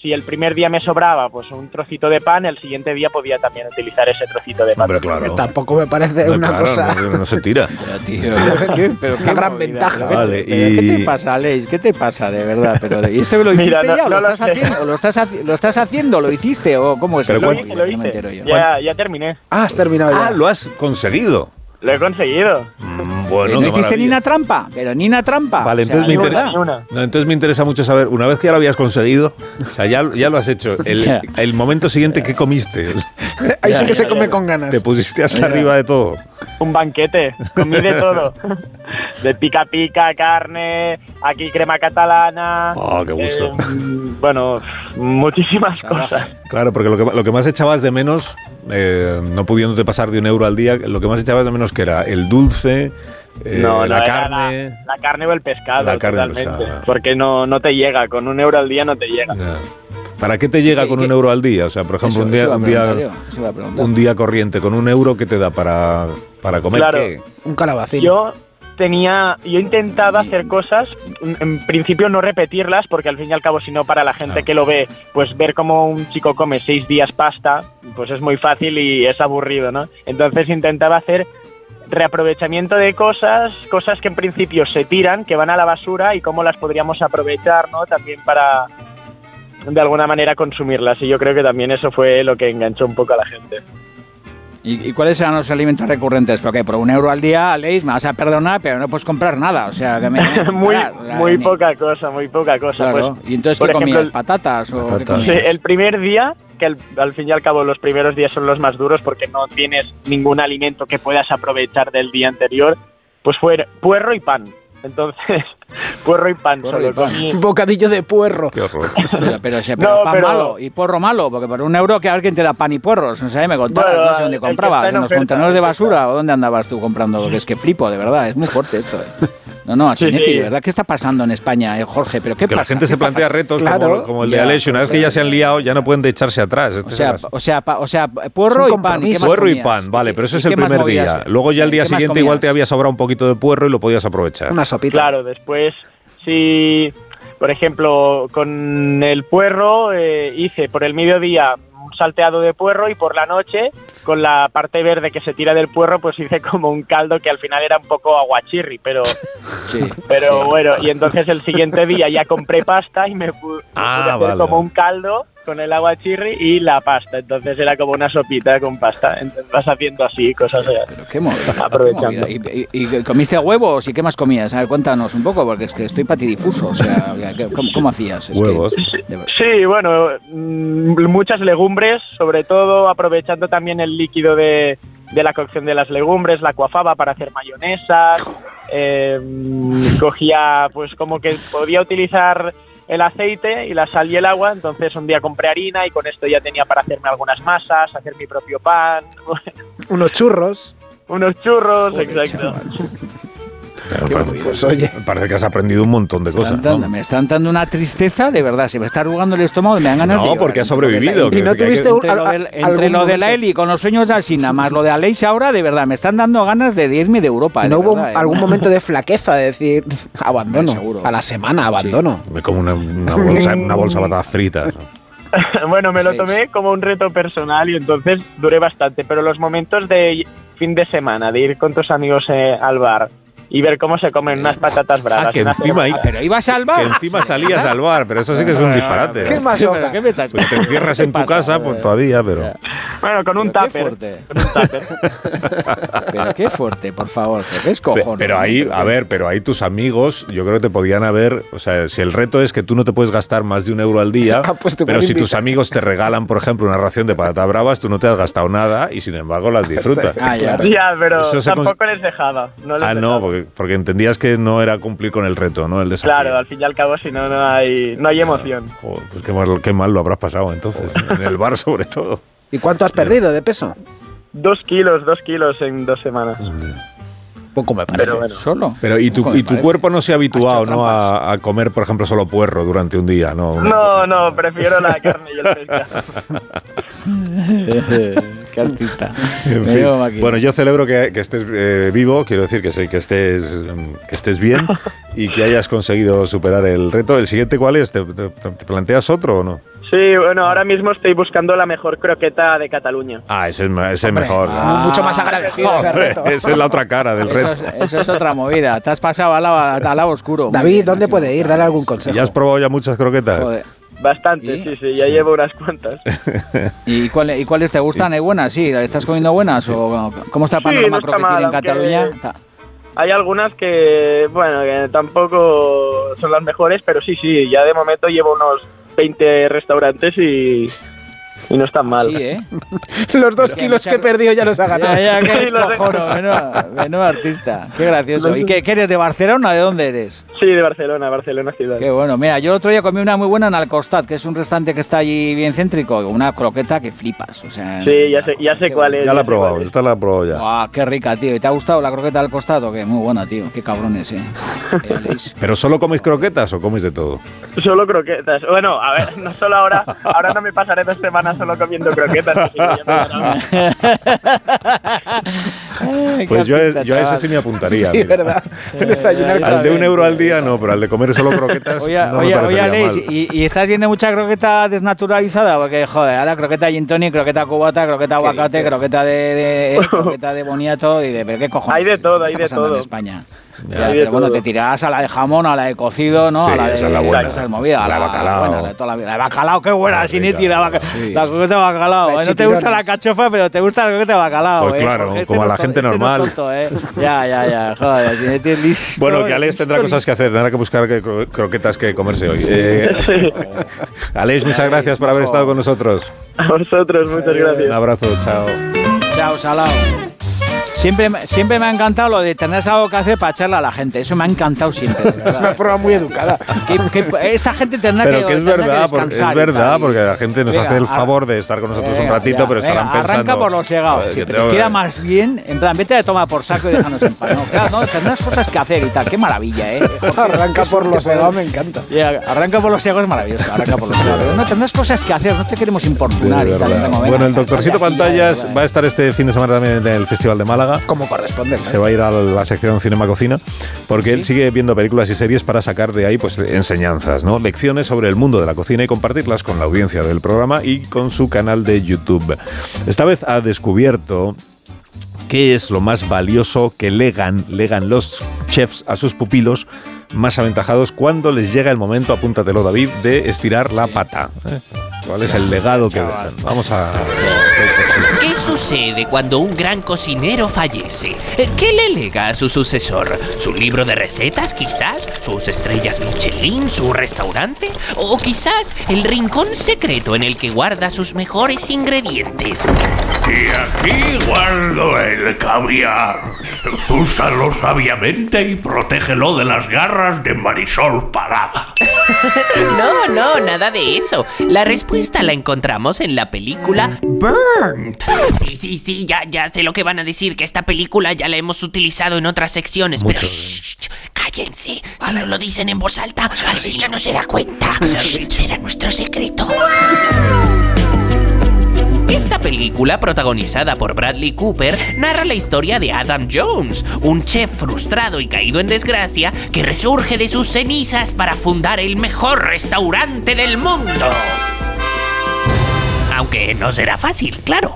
si el primer día me sobraba pues un trocito de pan, el siguiente día podía también utilizar ese trocito de pan. Hombre, claro. Tampoco me parece No, una claro, cosa. no- no se tira. Pero, tío, ¿qué- pero qué Una gran movida, ventaja. pero Vale, ¿Qué te- y- qué te pasa, Aleix? ¿Qué te pasa, de verdad? Pero, ¿Y esto lo Mira, hiciste no- ya? o no ¿Lo, lo estás sé. haciendo? ¿Lo estás, haci- ¿Lo estás haciendo? ¿Lo hiciste? ¿O cómo es? Pero la Lo cuán- movida? hice, lo No me hice. entero yo. Ya, ya terminé. Ah, has terminado ya. Ah, lo has conseguido. Lo he conseguido. Mm, Eh, Bueno, no qué hiciste maravilla. ni una trampa, pero ni una trampa. Vale, O sea, entonces, me de inter- interesa, verdad. ni una. no, entonces me interesa mucho saber, una vez que ya lo habías conseguido, o sea, ya, ya lo has hecho, el, el momento siguiente, ¿qué comiste? O sea, Ahí Ya, sí que ya, se ya, come ya. con ganas. Te pusiste hasta arriba de todo. Un banquete, comí de todo. De pica pica, carne, aquí crema catalana. Oh, qué gusto. eh, bueno, muchísimas cosas. Claro, porque lo que, lo que más echabas de menos, eh, no pudiéndote pasar de un euro al día, lo que más echabas de menos que era el dulce, eh, la era carne. La, la carne o el pescado, La carne o el totalmente. pescado. ah. Porque no, no te llega, con un euro al día no te llega. Ya. ¿Para qué te llega ¿Qué- con qué- un euro al día? O sea, por ejemplo, Eso- un día, eso iba a un día- preguntar yo, eso iba a preguntar. un día corriente, con un euro, ¿qué te da para, para comer? Claro. ¿Qué? Un calabacín. Yo tenía, yo intentaba hacer cosas, en- en principio no repetirlas, porque al fin y al cabo, si no, para la gente Claro. que lo ve, pues ver cómo un chico come seis días pasta, pues es muy fácil y es aburrido, ¿no? Entonces intentaba hacer reaprovechamiento de cosas, cosas que en principio se tiran, que van a la basura y cómo las podríamos aprovechar, ¿no? También para de alguna manera consumirlas y yo creo que también eso fue lo que enganchó un poco a la gente. ¿Y, y cuáles eran los alimentos recurrentes? Porque por un euro al día, Aleix, me vas a perdonar, pero no puedes comprar nada. O sea, que me. muy claro, la- muy ni- poca cosa, muy poca cosa. Claro. pues, ¿Y entonces por qué ejemplo, comías? el- ¿Patatas o qué Patatas. Sí, comías? el primer día, que al- al fin y al cabo los primeros días son los más duros porque no tienes ningún alimento que puedas aprovechar del día anterior, pues fue puerro y pan. Entonces, puerro y pan Puerro y solo pan. comí. Un bocadillo de puerro. Qué horror. Pero, pero, se- pero No, pan pero- malo y porro malo, porque por un euro que alguien te da pan y porros, no sé, me contabas, Bueno, no sé dónde el que comprabas, está en en los oferta, contenedores de el que está. basura o dónde andabas tú comprando, que es que flipo, de verdad, es muy fuerte esto. eh. No, no, al Sí, cinéfilo, sí. ¿verdad? ¿Qué está pasando en España, eh, Jorge? ¿Pero qué que pasa? la gente ¿Qué se está plantea pas- retos Claro. como, como el de Ya, Alessio. Una vez que o ya sea, se han liado, ya no pueden de echarse atrás. Este O sea, es o sea, pa- o sea, puerro y pan. ¿y qué más Puerro y comías? pan, vale, pero eso ¿Y es el qué más primer movidas? día. Luego ya el día ¿Qué más siguiente igual comías? te había sobrado un poquito de puerro y lo podías aprovechar. Claro, después, si, por ejemplo, con el puerro eh, hice por el mediodía un salteado de puerro y por la noche, con la parte verde que se tira del puerro, pues hice como un caldo que al final era un poco aguachirri, pero, pero bueno, y entonces el siguiente día ya compré pasta y me pu- pude Ah, hacer vale. como un caldo con el aguachirri y la pasta, entonces era como una sopita con pasta, entonces vas haciendo así, cosas eh, ¿Qué movida? aprovechando. ¿Qué movida? ¿Y, y- y comiste huevos y qué más comías? A ver, cuéntanos un poco, porque es que estoy patidifuso. O sea, ¿qué- ¿cómo, cómo hacías? Es que- Huevos. Sí, bueno, mm, muchas legumbres, sobre todo aprovechando también el líquido de, de la cocción de las legumbres, la cuafaba para hacer mayonesas, eh, mm, cogía pues como que podía utilizar el aceite y la sal y el agua, entonces un día compré harina y con esto ya tenía para hacerme algunas masas, hacer mi propio pan, Unos churros. unos churros, exacto. Claro, parece, parece que has aprendido un montón de cosas. están dando- Me están dando una tristeza, de verdad. Se me está arrugando el estómago y me dan ganas No, de. llorar. porque has sobrevivido, que Entre Y no lo es que hay que- de tuviste la- un- entre lo al- del- algún entre lo de la momento. Eli con los sueños así, nada más lo de Aleix ahora, de verdad, me están dando ganas de irme de ¿eh? Europa. ¿No hubo un- algún momento de flaqueza? De decir, abandono. Seguro. A la semana, abandono. Me como una, una bolsa, una bolsa de patatas fritas. bueno, me lo tomé como un reto personal y entonces duré bastante, pero los momentos de fin de semana, de ir con tus amigos eh, al bar y ver cómo se comen unas patatas bravas. Ah, que unas encima, cebollas- ahí- salvar. que encima salías al bar, pero eso sí que es un disparate. ¿Qué más? ¿Pero qué me estás Pues te encierras en tu casa, pues todavía, pero. Bueno, con un Pero qué tupper. fuerte. Con un tupper. Pero qué fuerte, por favor, que es cojón. Pero ahí, a ver, pero ahí tus amigos, yo creo que te podían haber, o sea, si el reto es que tú no te puedes gastar más de un euro al día, Ah, pues te pero pueden si tus invitar. amigos te regalan, por ejemplo, una ración de patatas bravas, tú no te has gastado nada y sin embargo las disfrutas. Ah, ya. Ya, pero Eso se cons- tampoco les dejaba. No les Ah, dejaba. no, porque, porque entendías que no era cumplir con el reto, ¿no? El desafío. Claro, al fin y al cabo, si no, no hay, no hay emoción. Joder, pues qué mal, qué mal lo habrás pasado entonces, en el bar sobre todo. ¿Y cuánto has perdido de peso? Dos kilos, dos kilos en dos semanas. Poco me parece. Pero bueno. Solo. Pero y tu, Joder, y tu parece. cuerpo no se ha habituado ¿no? A, a comer, por ejemplo, solo puerro durante un día, ¿no? No, no, prefiero la carne y el pescado. Qué artista. En Me fin. veo aquí. Bueno, yo celebro que, que estés eh, vivo, quiero decir que, sí, que, estés, mm, que estés bien y que hayas conseguido superar el reto. ¿El siguiente cuál es? ¿Te, te- te planteas otro o no? Sí, bueno, ahora mismo estoy buscando la mejor croqueta de Cataluña. Ah, ese es, ma- ese es mejor. ah, mucho más agradecido Hombre, Esa es la otra cara del Eso reto. es, eso es otra movida. Te has pasado al lado, al lado oscuro. Muy David, bien, ¿dónde así puede ir? Dale algún ¿Y consejo. ¿Ya has probado ya muchas croquetas? Joder. Bastante, sí, sí, ya llevo unas cuantas. ¿Y, cuál- y cuáles te gustan? ¿Hay buenas? ¿Sí? ¿Estás comiendo buenas? ¿O ¿Cómo está el Sí, panorama no está croquetil mal, en aunque- Cataluña? Está- Hay algunas que, bueno, que tampoco son las mejores, pero sí, sí, ya de momento llevo unos 20 restaurantes y, y no están mal. Sí, ¿eh? Los dos Pero- kilos que he perdido ya los ha ganado. Ya, ya, qué Sí, lo sé. descojono, menudo, menudo artista. Qué gracioso. ¿Y qué, qué eres de Barcelona? ¿De dónde eres? Sí, de Barcelona, Barcelona ciudad. Qué bueno. Mira, yo el otro día comí una muy buena en Alcostat, que es un restaurante que está allí bien céntrico. Una croqueta que flipas. O sea, Sí, ya sé, ya sé cuál es. Ya la he sé cuál probado, es. esta la he probado ya. Guau, qué rica, tío. ¿Y te ha gustado la croqueta del costado? Que muy buena, tío. Qué cabrones, eh. Eh, Aleix. ¿Pero solo coméis croquetas o coméis de todo? Solo croquetas. Bueno, a ver, no solo ahora, ahora no me pasaré dos semanas solo comiendo croquetas. así que ya me dará- Ay, Pues qué yo, a- artista, yo a ese chaval. sí me apuntaría. Sí, mira. verdad. Desayunar ya, Al de ya. un euro al día no, pero al de comer solo croquetas Oye, no me oye, oye, parecería Aleix, mal. ¿y, y estás viendo mucha croqueta desnaturalizada? Porque, joder, ahora croqueta gin tonic, croqueta cubata, croqueta aguacate, croqueta de, de- croqueta de boniato y de... ¿Pero qué cojones? Hay de ¿Qué todo, está hay de pasando todo. en España? Ya. Ya, Hay de pero bueno, todo. te tirarás a la de jamón, a la de cocido, ¿no? Sí, a la de esa es la buena. esas movidas, La a de bacalao. buena, la, de toda la vida. La de bacalao, qué buena, Ah, Siniti, rica, la, baca- sí. la croqueta de bacalao. La de eh, no te gusta chipiones. la cachofa, pero te gusta la croqueta de bacalao. Pues eh, claro, Jorge, este como a no la es tonto, gente este no es normal. tonto, eh. Ya, ya, ya, joder, Sinetti es listo. Bueno, que Alex listo, tendrá cosas listo. que hacer, tendrá que buscar que cro- croquetas que comerse hoy. Eh, Alex, muchas gracias por haber estado con nosotros. A vosotros, muchas gracias. Un abrazo, chao. Chao, salao. Siempre, me- siempre me ha encantado lo de tener algo que hacer para echarle a la gente. Eso me ha encantado siempre. de Es verdad. una prueba muy educada. Que- que esta gente tendrá Pero que es tendrá verdad, porque, descansar es y tal. verdad, porque la gente nos Venga, hace el ar- favor de estar con nosotros un Venga, ratito, ya, pero estarán venga, pensando. Arranca por los "Joder, llegados. que Sí, pero tengo que- queda más bien, en plan, vete a tomar por saco y déjanos en paz. No, claro, no, tendrás cosas que hacer y tal. Qué maravilla, ¿eh? Arranca por los segados, me encanta. Ya, arranca por los ciegos es maravilloso. Arranca por los ciegos. Pero no tendrás cosas que hacer, no te queremos importunar y tal. Verdad. Venga, Bueno, el venga, doctorcito sal de aquí, Pantallas va a estar este fin de semana también en el Festival de Málaga. Como corresponde. Se va a ir a la sección Cinema Cocina porque él sigue viendo películas y series para sacar de ahí pues enseñanzas, ¿no? Lecciones sobre el mundo de la cocina y compartirlas con la audiencia del programa y con su canal de YouTube. Esta vez ha descubierto qué es lo más valioso que legan, legan los chefs a sus pupilos más aventajados cuando les llega el momento, apúntatelo David, de estirar la pata. ¿eh? ¿Cuál es el legado que dejan? Vamos a... ¿Qué sucede cuando un gran cocinero fallece? Eh, ¿Qué le lega a su sucesor? ¿Su libro de recetas, quizás? ¿Sus estrellas Michelin? ¿Su restaurante? ¿O quizás el rincón secreto en el que guarda sus mejores ingredientes? Y aquí guardo el caviar. Úsalo sabiamente y protégelo de las garras de Marisol Parada. No, no, nada de eso. La respuesta la encontramos en la película Burnt. Y sí, sí, ya, ya sé lo que van a decir, que esta película ya la hemos utilizado en otras secciones, pero... shh, shh, Cállense, si no lo dicen en voz alta, Alcina no se da cuenta. Shh, Será nuestro secreto. Esta película, protagonizada por Bradley Cooper, narra la historia de Adam Jones, un chef frustrado y caído en desgracia que resurge de sus cenizas para fundar el mejor restaurante del mundo. Aunque no será fácil, claro.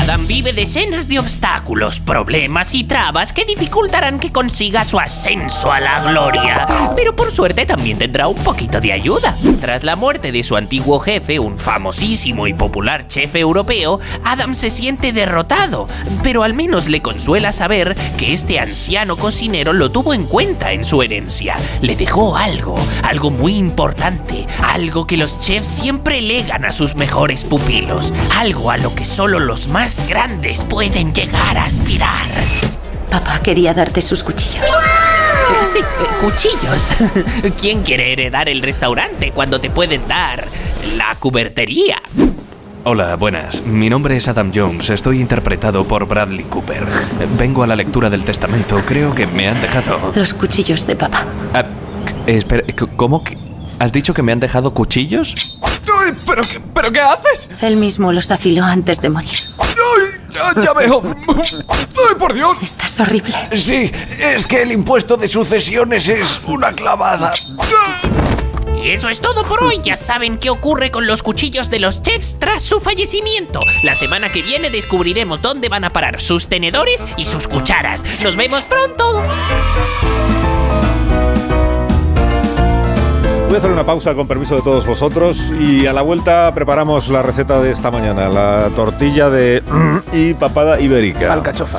Adam vive decenas de obstáculos, problemas y trabas que dificultarán que consiga su ascenso a la gloria. Pero por suerte también tendrá un poquito de ayuda. Tras la muerte de su antiguo jefe, un famosísimo y popular chef europeo, Adam se siente derrotado, pero al menos le consuela saber que este anciano cocinero lo tuvo en cuenta en su herencia. Le dejó algo, algo muy importante, algo que los chefs siempre legan a sus mejores pupilos, algo a lo que solo los más grandes pueden llegar a aspirar. Papá quería darte sus cuchillos. Eh, Sí, eh, cuchillos. ¿Quién quiere heredar el restaurante cuando te pueden dar la cubertería? Hola, buenas. Mi nombre es Adam Jones. Estoy interpretado por Bradley Cooper. Vengo a la lectura del testamento. Creo que me han dejado. Los cuchillos de papá. Ah, c- espera, c- ¿cómo? que- ¿Has dicho que me han dejado cuchillos? ¿Pero, ¿Pero qué haces? Él mismo los afiló antes de morir. ya veo. ¡Ay, por Dios! Estás horrible. Sí, es que el impuesto de sucesiones es una clavada. Y eso es todo por hoy. Ya saben qué ocurre con los cuchillos de los chefs tras su fallecimiento. La semana que viene descubriremos dónde van a parar sus tenedores y sus cucharas. ¡Nos vemos pronto! Voy a hacer una pausa con permiso de todos vosotros y a la vuelta preparamos la receta de esta mañana, la tortilla de y papada ibérica. Alcachofa.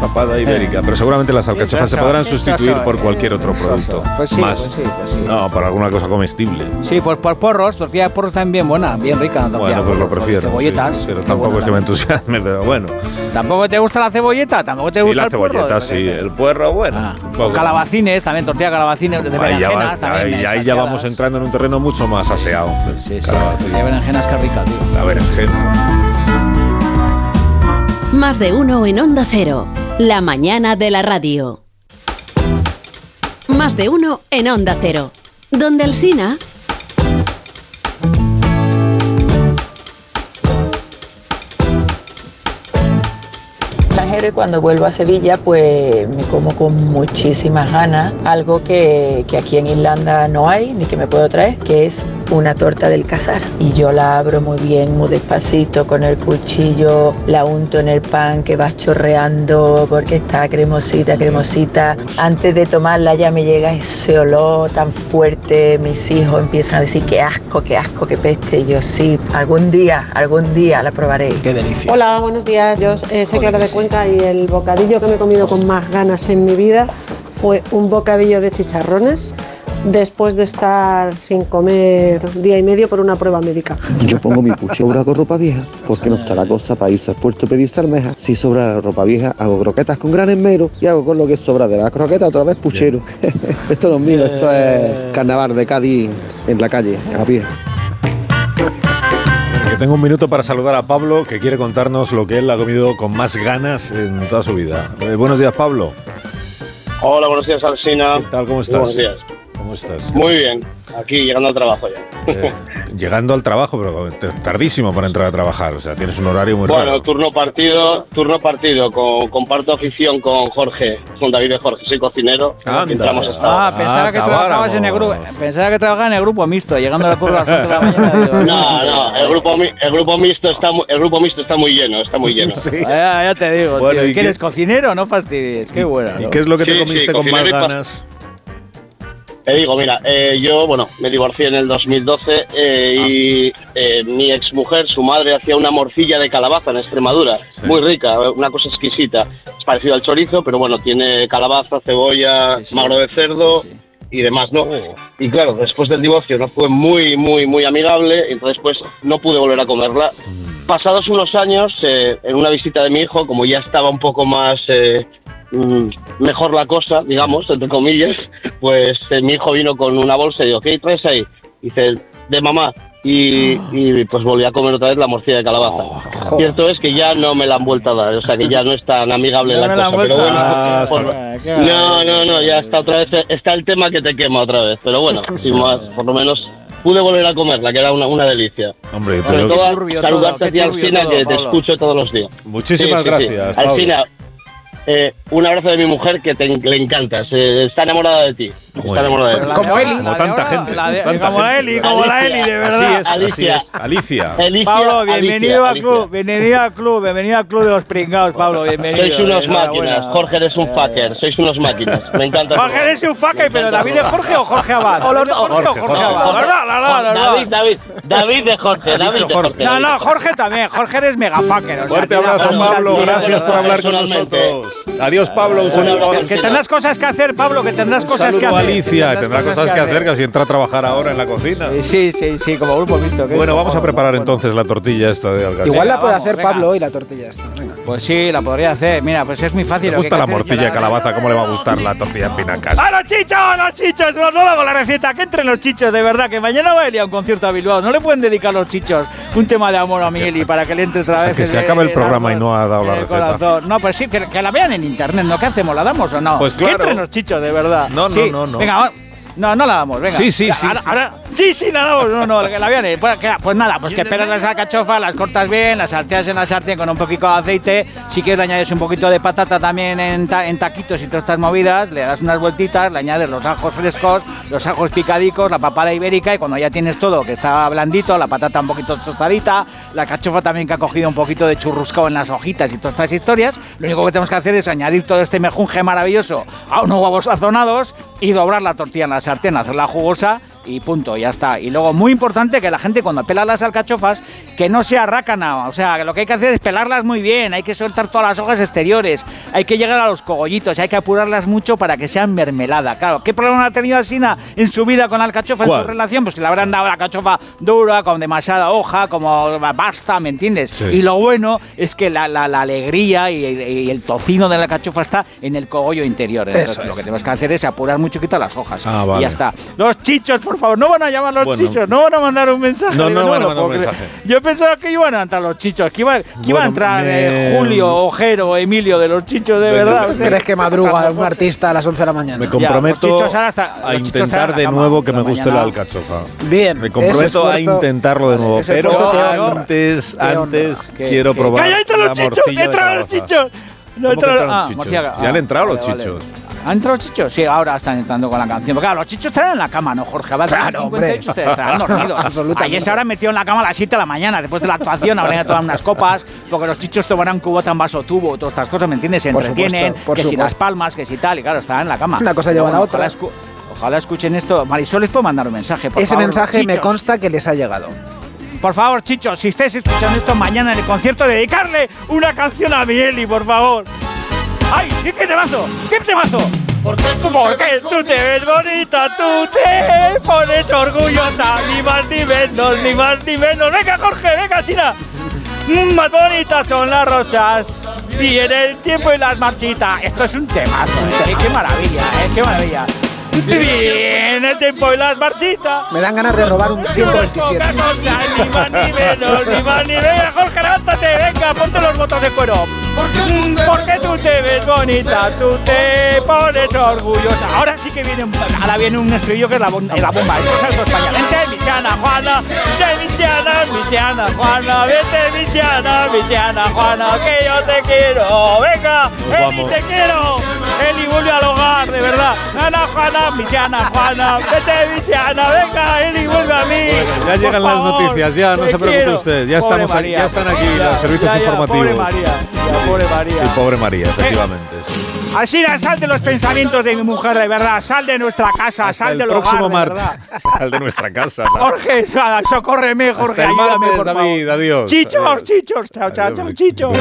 papada ibérica, pero seguramente las alcachofas Eso, se podrán eso, sustituir eso, por eh, cualquier otro eso. producto. Pues sí, Más. pues sí, pues sí. No, por alguna cosa comestible. Sí, pues por porros, tortilla de porros también buena, bien rica. la tortilla Bueno, de pues lo porros, con prefiero. sí, Cebolletas. pero tampoco es que me entusiasme, pero bueno. ¿Tampoco te gusta la cebolleta? ¿Tampoco te Sí, gusta la el porro? cebolleta, sí. El puerro, bueno. Ah. un poco. Calabacines, también tortilla de calabacines, de Ahí ya va- berenjenas también. ahí- eh, ahí ya vamos entrando en un terreno mucho más aseado. Calabacín. De berenjenas que rica, tío. La berenjena. Más de uno en Onda Cero. La mañana de la radio. Más de uno en Onda Cero. Donde el Sina. extranjero y cuando vuelvo a Sevilla pues me como con muchísimas ganas algo que, que aquí en Irlanda no hay ni que me puedo traer, que es una torta del casar. Y yo la abro muy bien, muy despacito con el cuchillo, la unto en el pan que va chorreando porque está cremosita, cremosita. Antes de tomarla ya me llega ese olor tan fuerte, mis hijos empiezan a decir qué asco, qué asco, qué peste. Y yo sí, algún día, algún día la probaré. Qué delicia. Hola, buenos días. Yo eh, soy Clara de Cuenca y el bocadillo que me he comido con más ganas en mi vida fue un bocadillo de chicharrones después de estar sin comer día y medio por una prueba médica. Yo pongo mi puchobra con ropa vieja porque no está la cosa para irse al puerto a pedirse almejas. Si sobra ropa vieja, hago croquetas con gran esmero y hago con lo que sobra de la croqueta otra vez puchero. esto no es mío, esto es carnaval de Cádiz en la calle, a pie. Que tengo un minuto para saludar a Pablo, que quiere contarnos lo que él ha comido con más ganas en toda su vida. Eh, buenos días, Pablo. Hola, buenos días, Alsina. ¿Qué tal? ¿Cómo estás? Ah, Buenos días. ¿Cómo estás? Muy bien, aquí llegando al trabajo ya. Eh, llegando al trabajo, pero t- tardísimo para entrar a trabajar. O sea, tienes un horario muy bueno, raro. turno partido, turno partido, con- comparto afición con Jorge, con David de Jorge, soy cocinero. Anda. Entramos hasta Ah, pensaba que trabajabas en el grupo. Pensaba que trabajaba en el grupo mixto, llegando a la curva a las cuatro de la mañana. No, no, el grupo, mi- el grupo mixto está mu- el grupo mixto está muy lleno, está muy lleno. Ya, ya te digo, Bueno, tío, ¿y ¿y que qué- eres cocinero? No fastidies, qué bueno. y qué es lo que te Sí, sí, comiste con más cocinero y pa- ganas? Te digo, mira, eh, yo, bueno, me divorcié en el 2012 eh, y eh, mi exmujer, su madre, hacía una morcilla de calabaza en Extremadura, muy rica, una cosa exquisita. Es parecido al chorizo, pero bueno, tiene calabaza, cebolla, magro de cerdo y demás, ¿no? Y claro, después del divorcio no fue muy, muy, muy amigable, entonces pues no pude volver a comerla. Pasados unos años, eh, en una visita de mi hijo, como ya estaba un poco más... eh, mm, mejor la cosa, digamos, entre comillas, pues eh, mi hijo vino con una bolsa y digo, ¿qué traes ahí? dice, de mamá. Y, y, pues volví a comer otra vez la morcilla de calabaza. Oh, Cierto es que ya no me la han vuelto a dar, o sea que ya no es tan amigable No la me la cosa. han pero vuelto a bueno, dar. por- Ah, qué no, no, no, ya está otra vez, está el tema que te quema otra vez, pero bueno, sin más, por lo menos pude volver a comerla, que era una, una delicia. Hombre, Sobre pero- todo Qué a- turbio saludarte todo, a ti, qué turbio Alcina, todo, que te Pablo. escucho todos los días. Muchísimas gracias, Pablo. Alcina, eh, un abrazo de mi mujer que te, le encantas. eh, está enamorada de ti. Está enamorada de ti. Como él. Como tanta gente. la de- tanta como gente, Eli, ¿verdad? como la Eli, de verdad. Así es, así Alicia. es. Alicia. Pablo, Alicia, bienvenido al Alicia. club, bienvenido al club, bienvenido al club de los pringados, Pablo, bienvenido. Sois unos Enhorabuena. Eh, máquinas. Jorge, eres un fucker. Sois unos máquinas. Me encanta. Jorge, eres un fucker, pero David de Jorge o Jorge Abad. O los ¿David dos. de Jorge o Jorge, Jorge. Jorge Abad. La verdad, la verdad, la verdad. David, David, David de Jorge. David de Jorge. No, no, Jorge también. Jorge eres mega fucker. o sea, Fuerte tira abrazo, por- Pablo. tira Gracias por verdad. hablar con nosotros. Adiós, Pablo. Un saludo. Que tendrás cosas que hacer, Pablo, que tendrás Un cosas que saludo hacer. a Alicia. Tendrás Tendrá cosas que hacer, que si entra a trabajar ahora en la cocina. Sí, sí, sí, como grupo visto. Bueno, vamos a preparar entonces la tortilla esta de alcachofas. Igual la puede vamos, hacer venga. Pablo hoy, la tortilla esta. Venga. Pues sí, la podría hacer. Mira, pues es muy fácil. ¿Te gusta la morcilla de calabaza? ¿Cómo le va a gustar la tortilla en pinacas? ¡A los chichos! ¡A los chichos! No, no hago la receta. Que entren los chichos, de verdad. Que mañana va a ir a un concierto a Bilbao. No le pueden dedicar los chichos un tema de amor a Miguel y para que le entre otra vez. Que se el- acaba el el programa y no ha dado la el receta. corazón. No, pues sí, que, que la vean en internet. ¿No qué hacemos? ¿La damos o no? Pues claro. Que entren los chichos, de verdad. No, no, Sí. no, no. Venga, va- No, no la damos, venga. Sí, sí, sí, Ahora- sí. ahora- sí, sí, la damos. No, no, que la vean. eh. Pues, que- pues nada, pues que esperas las alcachofas, las cortas bien, las salteas en la sartén con un poquito de aceite. Si quieres le añades un poquito de patata también en, ta- en taquitos y todas estas movidas, le das unas vueltitas, le añades los ajos frescos, los ajos picadicos, la papada ibérica y cuando ya tienes todo que está blandito, la patata un poquito tostadita, la cachofa también que ha cogido un poquito de churruscao en las hojitas y todas estas historias, lo único que tenemos que hacer es añadir todo este mejunje maravilloso a unos huevos sazonados y doblar la tortilla en la sartén, hacerla jugosa y punto, ya está. Y luego, muy importante que la gente cuando pela las alcachofas, que no sea rácana. O sea, que lo que hay que hacer es pelarlas muy bien, hay que soltar todas las hojas exteriores, hay que llegar a los cogollitos, hay que apurarlas mucho para que sean mermelada. Claro, ¿qué problema ha tenido Asina en su vida con la alcachofa, en ¿Cuál? su relación? Pues que le habrán dado la alcachofa dura, con demasiada hoja, como basta, ¿me entiendes? Sí. Y lo bueno es que la, la- la alegría y, y el tocino de la alcachofa está en el cogollo interior. Entonces, Eso lo es. que tenemos que hacer es apurar mucho, quitar las hojas. Ah, Y vale. ya está. Los chichos, por favor, no van a llamar los Bueno. chichos, no van a mandar un mensaje. No, Digo, no van a lo mandar un puedo creer. mensaje. Yo pensaba que iban a entrar los chichos, que iba, que iba Bueno, a entrar me- eh, Julio, Ojero, Emilio de los chichos, de Venga. verdad. o sea, ¿Crees que por madruga favor. un artista a las 11 de la mañana? Me los comprometo chichos ahora hasta- a los chichos están en intentar la de cama nuevo que me por la guste la mañana. alcachofa. Bien. Me comprometo a intentarlo de nuevo, ese pero esfuerzo te honra. antes, Te honra. antes Que- quiero que- probar. ¡Calla, entran la los chichos! morcilla de ¡Entran los calabaza. chichos! ¿Cómo que entran los ah, chichos? morcilla- Ya ah, le han entrado los vale, vale. chichos. ¿Han entrado los chichos? Sí, ahora están entrando con la canción. Porque, claro, los chichos estarán en la cama, ¿no, Jorge? Abad? Claro, hombre. 58, ustedes estarán dormidos. Absolutamente. Ayer se habrán metido en la cama a las 7 de la mañana, después de la actuación, habrán ido a tomar unas copas, porque los chichos tomarán cubota en vaso tubo, todas estas cosas, ¿me entiendes? Se Por entretienen, supuesto, por que si supuesto. las palmas, que si tal, y claro, estarán en la cama. Una cosa Pero lleva a la ojalá otra. escu- Ojalá escuchen esto. Marisol, les puedo mandar un mensaje, por Ese favor, mensaje los me chichos. consta que les ha llegado. Por favor, chichos, si estáis escuchando esto mañana en el concierto, dedicarle una canción a Mieli, por favor. ¡Ay, qué, qué temazo! ¡Qué temazo! Porque tú te ves bonita, tú te pones orgullosa, ni más ni menos, ni más ni menos. Venga, Jorge, venga, Sina. Mm, Más bonitas son las rosas, viene el tiempo y las marchitas. Esto es un temazo, ¿eh? qué maravilla, ¿eh? qué maravilla. Viene el tiempo y las marchitas. Me dan ganas de robar un 127. Poca cosa, ni más ni menos, ni más ni menos. Jorge, levántate, venga, ponte los botones de cuero. Mm, Porque tú te ves bonita, tú te pones orgullosa. Ahora sí que viene un, ahora viene un estribillo que es la, bon- eh, la bomba. ¿eh? Cosas por España. Vente, Misiana, Juana, vente, Misiana, Misiana, Juana, vente, Misiana, Misiana, Juana, que yo te quiero. Venga, Eli, vamos. te quiero. Eli, vuelve al hogar, de verdad. Ana, Juana, Misiana, Juana, vete, Misiana, venga, Eli, vuelve a mí. Ya Por llegan las favor, noticias, ya, no te se preocupe quiero. usted, ya Pobre estamos aquí, María. ya están aquí Ya, los servicios ya, ya, informativos. Pobre María, ya, pobre María. Sí, pobre Eh, María, efectivamente. sí. Así sal de los pensamientos de mi mujer, de verdad. Sal de nuestra casa, sal el del próximo hogar, de martes, verdad. al de nuestra casa. ¿no? Jorge, sa- socórreme, Jorge, Hasta el ayúdame, martes, por favor. David, adiós. Chichos, chichos, chao, chao, chao, chichos.